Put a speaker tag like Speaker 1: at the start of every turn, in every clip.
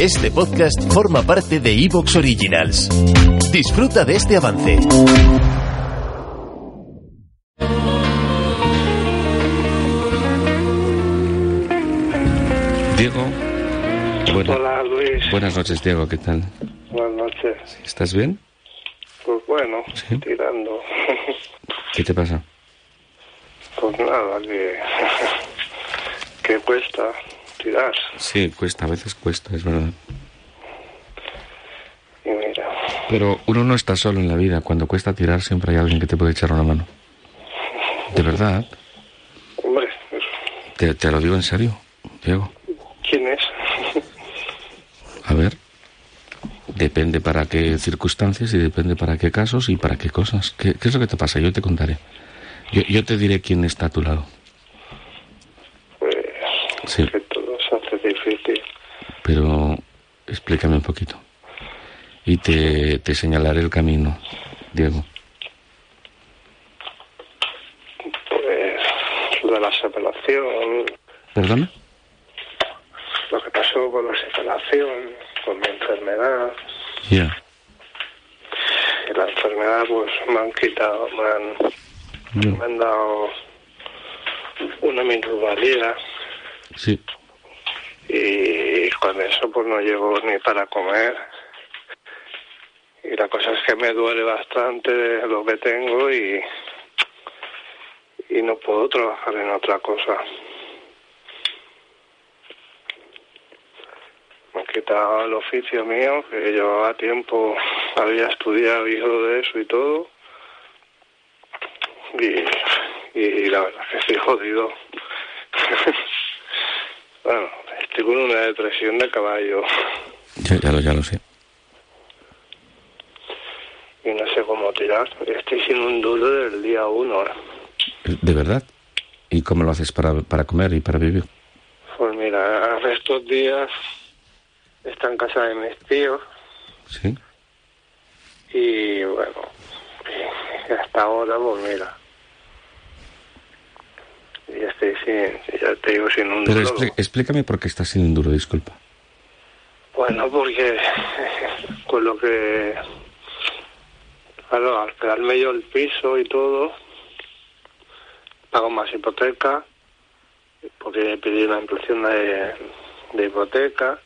Speaker 1: Este podcast forma parte de Evox Originals. Disfruta de este avance.
Speaker 2: Diego, buena-
Speaker 3: Hola Luis,
Speaker 2: buenas noches Diego, ¿qué tal?
Speaker 3: buenas noches.
Speaker 2: ¿Estás bien?
Speaker 3: Pues bueno,
Speaker 2: Sí.
Speaker 3: tirando.
Speaker 2: ¿Qué te pasa?
Speaker 3: Pues nada, que, que cuesta tirar.
Speaker 2: Sí, cuesta, a veces cuesta, es verdad.
Speaker 3: Y mira,
Speaker 2: Pero uno no está solo en la vida, cuando cuesta tirar siempre hay alguien que te puede echar una mano. De verdad,
Speaker 3: hombre, pues,
Speaker 2: te, te lo digo en serio, Diego.
Speaker 3: ¿quién es?
Speaker 2: A ver, depende para qué circunstancias y depende para qué casos y para qué cosas. ¿Qué, qué es lo que te pasa? Yo te contaré. Yo, yo te diré quién está a tu lado.
Speaker 3: Pues
Speaker 2: Sí,
Speaker 3: que todo se hace difícil.
Speaker 2: pero explícame un poquito. Y te, te señalaré el camino, Diego.
Speaker 3: Pues lo de la separación,
Speaker 2: ¿Perdona?
Speaker 3: lo que pasó con la separación, con mi enfermedad.
Speaker 2: Ya.
Speaker 3: Y la enfermedad pues me han quitado, me han, me han dado una minusvalía.
Speaker 2: Sí,
Speaker 3: y con eso pues no llevo ni para comer y la cosa es que me duele bastante lo que tengo y y no puedo trabajar en otra cosa me han quitado el oficio mío que llevaba tiempo había estudiado hijo de eso y todo y, y la verdad es que estoy jodido Bueno, estoy con una depresión de caballo
Speaker 2: ya, ya lo, ya lo sé.
Speaker 3: y no sé cómo tirar. Estoy sin un duro del día uno.
Speaker 2: ¿De verdad? ¿Y cómo lo haces para, para comer y para vivir?
Speaker 3: Pues mira, estos días está en casa de mis tíos
Speaker 2: Sí.
Speaker 3: y bueno, y hasta ahora pues mira. Y ya estoy sin, ya te digo, sin un
Speaker 2: Pero
Speaker 3: duro.
Speaker 2: explí- explícame por qué estás sin enduro, disculpa.
Speaker 3: Bueno, porque con lo que... Claro, al quedarme yo el piso y todo, pago más hipoteca, porque pedí una ampliación de, de hipoteca,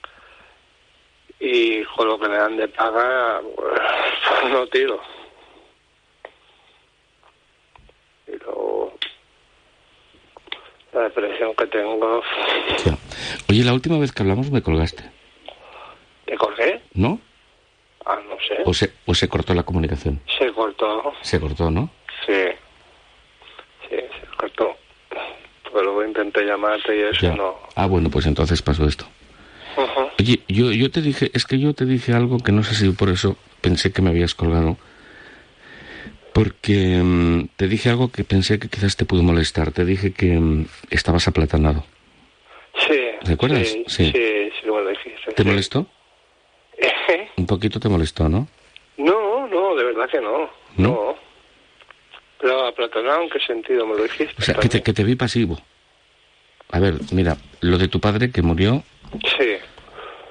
Speaker 3: y con lo que me dan de paga, pues, no tiro. Y luego, la depresión que tengo,
Speaker 2: Ya. Oye, la última vez que hablamos me colgaste,
Speaker 3: ¿te colgué?
Speaker 2: ¿no?
Speaker 3: Ah, no sé.
Speaker 2: ¿O se, o se cortó la comunicación?
Speaker 3: Se cortó.
Speaker 2: Se cortó, ¿no?
Speaker 3: Sí, sí, se cortó. Pero luego intenté llamarte y eso
Speaker 2: Ya.
Speaker 3: no.
Speaker 2: Ah, bueno, pues entonces pasó esto.
Speaker 3: Ujú.
Speaker 2: Oye, yo, yo te dije, es que yo te dije algo que no sé si por eso pensé que me habías colgado. Porque mm, te dije algo que pensé que quizás te pudo molestar. Te dije que mm, estabas aplatanado.
Speaker 3: Sí.
Speaker 2: ¿Recuerdas?
Speaker 3: Sí,
Speaker 2: Sí.
Speaker 3: sí, sí me lo dijiste.
Speaker 2: ¿Te
Speaker 3: sí.
Speaker 2: molestó? Un poquito te molestó, ¿no?
Speaker 3: No, no, de verdad que no.
Speaker 2: ¿No?
Speaker 3: No. Pero aplatonado, ¿en qué sentido me lo dijiste?
Speaker 2: O sea, que te,
Speaker 3: también?
Speaker 2: que te vi pasivo. A ver, mira, lo de tu padre que murió,
Speaker 3: Sí,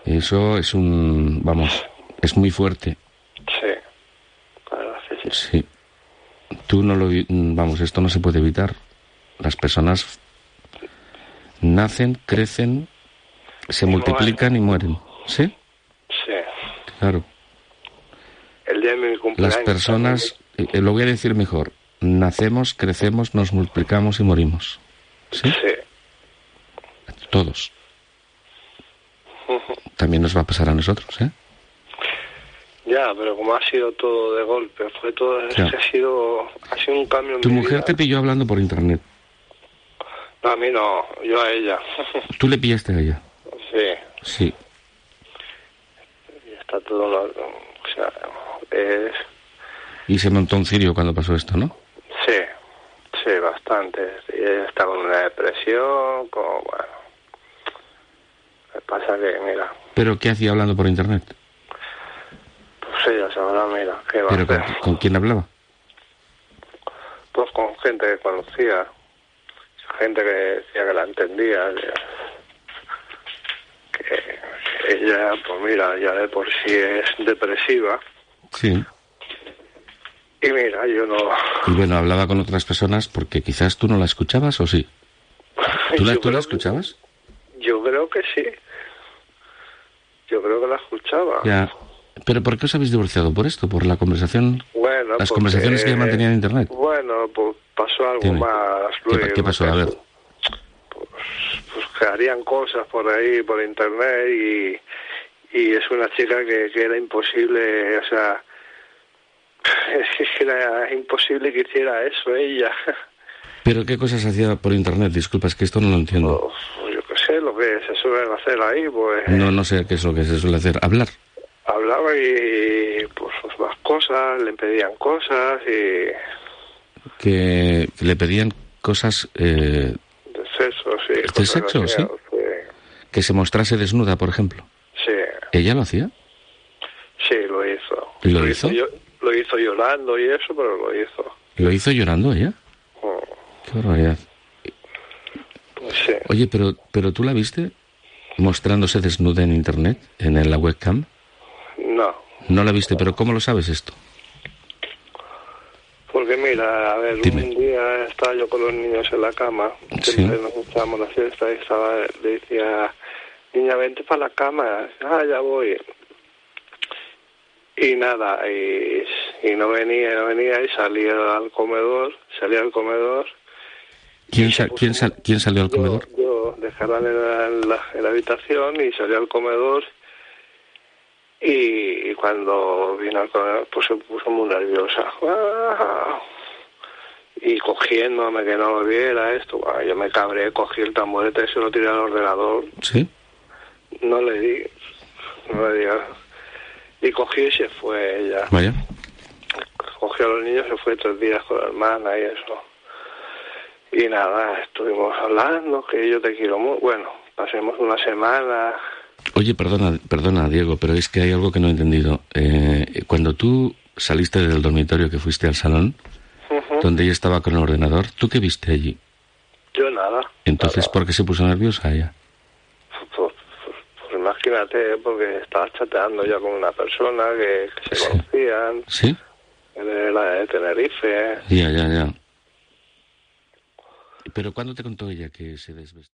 Speaker 2: eso es un... Vamos, es muy fuerte.
Speaker 3: sí. Claro, sí, sí.
Speaker 2: Sí. Tú no lo... vi- mm, Vamos, esto no se puede evitar. Las personas nacen, crecen, se
Speaker 3: Y
Speaker 2: multiplican y mueren. ¿Sí? Pues
Speaker 3: sí.
Speaker 2: Claro.
Speaker 3: El día de mi cumpleaños.
Speaker 2: Las personas, eh, eh, lo voy a decir mejor, nacemos, crecemos, nos multiplicamos y morimos. ¿Sí?
Speaker 3: también. Sí.
Speaker 2: Todos. También nos va a pasar a nosotros, ¿eh?
Speaker 3: Ya, pero como ha sido todo de golpe, fue todo. es
Speaker 2: Claro.
Speaker 3: que ha sido. Ha sido un cambio en
Speaker 2: Tu
Speaker 3: mi
Speaker 2: mujer
Speaker 3: vida.
Speaker 2: te pilló hablando por internet.
Speaker 3: No, a mí no, yo a ella.
Speaker 2: Tú le pillaste a ella.
Speaker 3: sí,
Speaker 2: Sí.
Speaker 3: y está todo. lo- o sea, es.
Speaker 2: Y se montó un cirio cuando pasó esto, ¿no?
Speaker 3: Sí, sí, bastante. Y ella está con una depresión, como bueno. Me pasa que, mira,
Speaker 2: Pero ¿qué hacía hablando por internet?
Speaker 3: pues ella sabrá, mira, qué va a
Speaker 2: ¿Pero con,
Speaker 3: hacer.
Speaker 2: con quién hablaba?
Speaker 3: Pues con gente que conocía, gente que decía que la entendía, que, que- que ella ya, pues mira, ya de por sí es depresiva.
Speaker 2: Sí.
Speaker 3: Y mira, yo no.
Speaker 2: Y bueno, hablaba con otras personas porque quizás tú no la escuchabas o sí. ¿Tú la,
Speaker 3: Yo
Speaker 2: tú la
Speaker 3: creo-
Speaker 2: escuchabas?
Speaker 3: Yo creo que sí. Yo creo que la escuchaba.
Speaker 2: Ya. ¿Pero por qué os habéis divorciado? ¿Por esto? ¿Por la conversación?
Speaker 3: Bueno,
Speaker 2: Las
Speaker 3: porque-
Speaker 2: conversaciones que ella mantenía en Internet.
Speaker 3: Bueno, pues pasó algo
Speaker 2: Dime.
Speaker 3: más.
Speaker 2: ¿Qué,
Speaker 3: Luis,
Speaker 2: pa- qué pasó? A ver.
Speaker 3: Pues que harían cosas por ahí, por internet, y, y es una chica que, que era imposible, o sea, es que era imposible que hiciera eso ella.
Speaker 2: ¿Pero qué cosas hacía por Internet? Disculpa, es que esto no lo entiendo.
Speaker 3: Pues Yo qué sé, lo que se suelen hacer ahí, pues
Speaker 2: No, no sé qué es lo que se suele hacer. Hablar.
Speaker 3: hablaba y pues más cosas, le pedían cosas y
Speaker 2: Que que le pedían cosas eh,
Speaker 3: de sexo, sí. cosas
Speaker 2: sexo,
Speaker 3: así,
Speaker 2: sí? que se mostrase desnuda, por ejemplo.
Speaker 3: Sí,
Speaker 2: ¿Ella lo hacía?
Speaker 3: sí, lo hizo.
Speaker 2: ¿Lo hizo?
Speaker 3: yo- lo hizo llorando y eso, pero lo hizo.
Speaker 2: ¿Lo hizo llorando ella?
Speaker 3: Oh,
Speaker 2: Qué barbaridad.
Speaker 3: Sí.
Speaker 2: Oye, pero, pero tú la viste mostrándose desnuda en Internet, en, en la webcam.
Speaker 3: No,
Speaker 2: No la viste, pero ¿cómo lo sabes esto?
Speaker 3: porque mira, a ver,
Speaker 2: Dime.
Speaker 3: un día estaba yo con los niños en la cama,
Speaker 2: Sí.
Speaker 3: siempre nos echábamos la siesta y estaba, le decía, niña, vente para la cama, ah, ya voy. Y nada, y, y no venía, no venía, y salía al comedor, salía al comedor.
Speaker 2: ¿Quién,
Speaker 3: y se
Speaker 2: sa-
Speaker 3: puso-
Speaker 2: quién, sal- quién salió al
Speaker 3: yo-
Speaker 2: comedor?
Speaker 3: Yo dejaba en la, en la- en la habitación y salí al comedor. Y, y cuando vino al comedor, pues se puso muy nerviosa. ¡Ah! Y cogiéndome que no lo viera esto, bueno, yo me cabré, cogí el tamborete y se lo tiré al ordenador.
Speaker 2: Sí.
Speaker 3: No le di, no le di. nada. Y cogí y se fue ella.
Speaker 2: Vaya.
Speaker 3: Cogió a los niños, se fue tres días con la hermana y eso. Y nada, estuvimos hablando, que yo te quiero mucho. Bueno, pasemos una semana.
Speaker 2: Oye, perdona, perdona, Diego, pero es que hay algo que no he entendido. Eh, cuando tú saliste del dormitorio que fuiste al salón,
Speaker 3: Ujú.
Speaker 2: donde ella estaba con el ordenador, ¿tú qué viste allí?
Speaker 3: Yo nada.
Speaker 2: Entonces,
Speaker 3: Nada.
Speaker 2: ¿por qué se puso nerviosa ella?
Speaker 3: Pues, pues- pues imagínate, porque estabas chateando ya con una persona que, que se
Speaker 2: Sí.
Speaker 3: conocían.
Speaker 2: ¿Sí?
Speaker 3: Él era de Tenerife.
Speaker 2: Ya, ya, ya. Pero ¿cuándo te contó ella que se desvestía?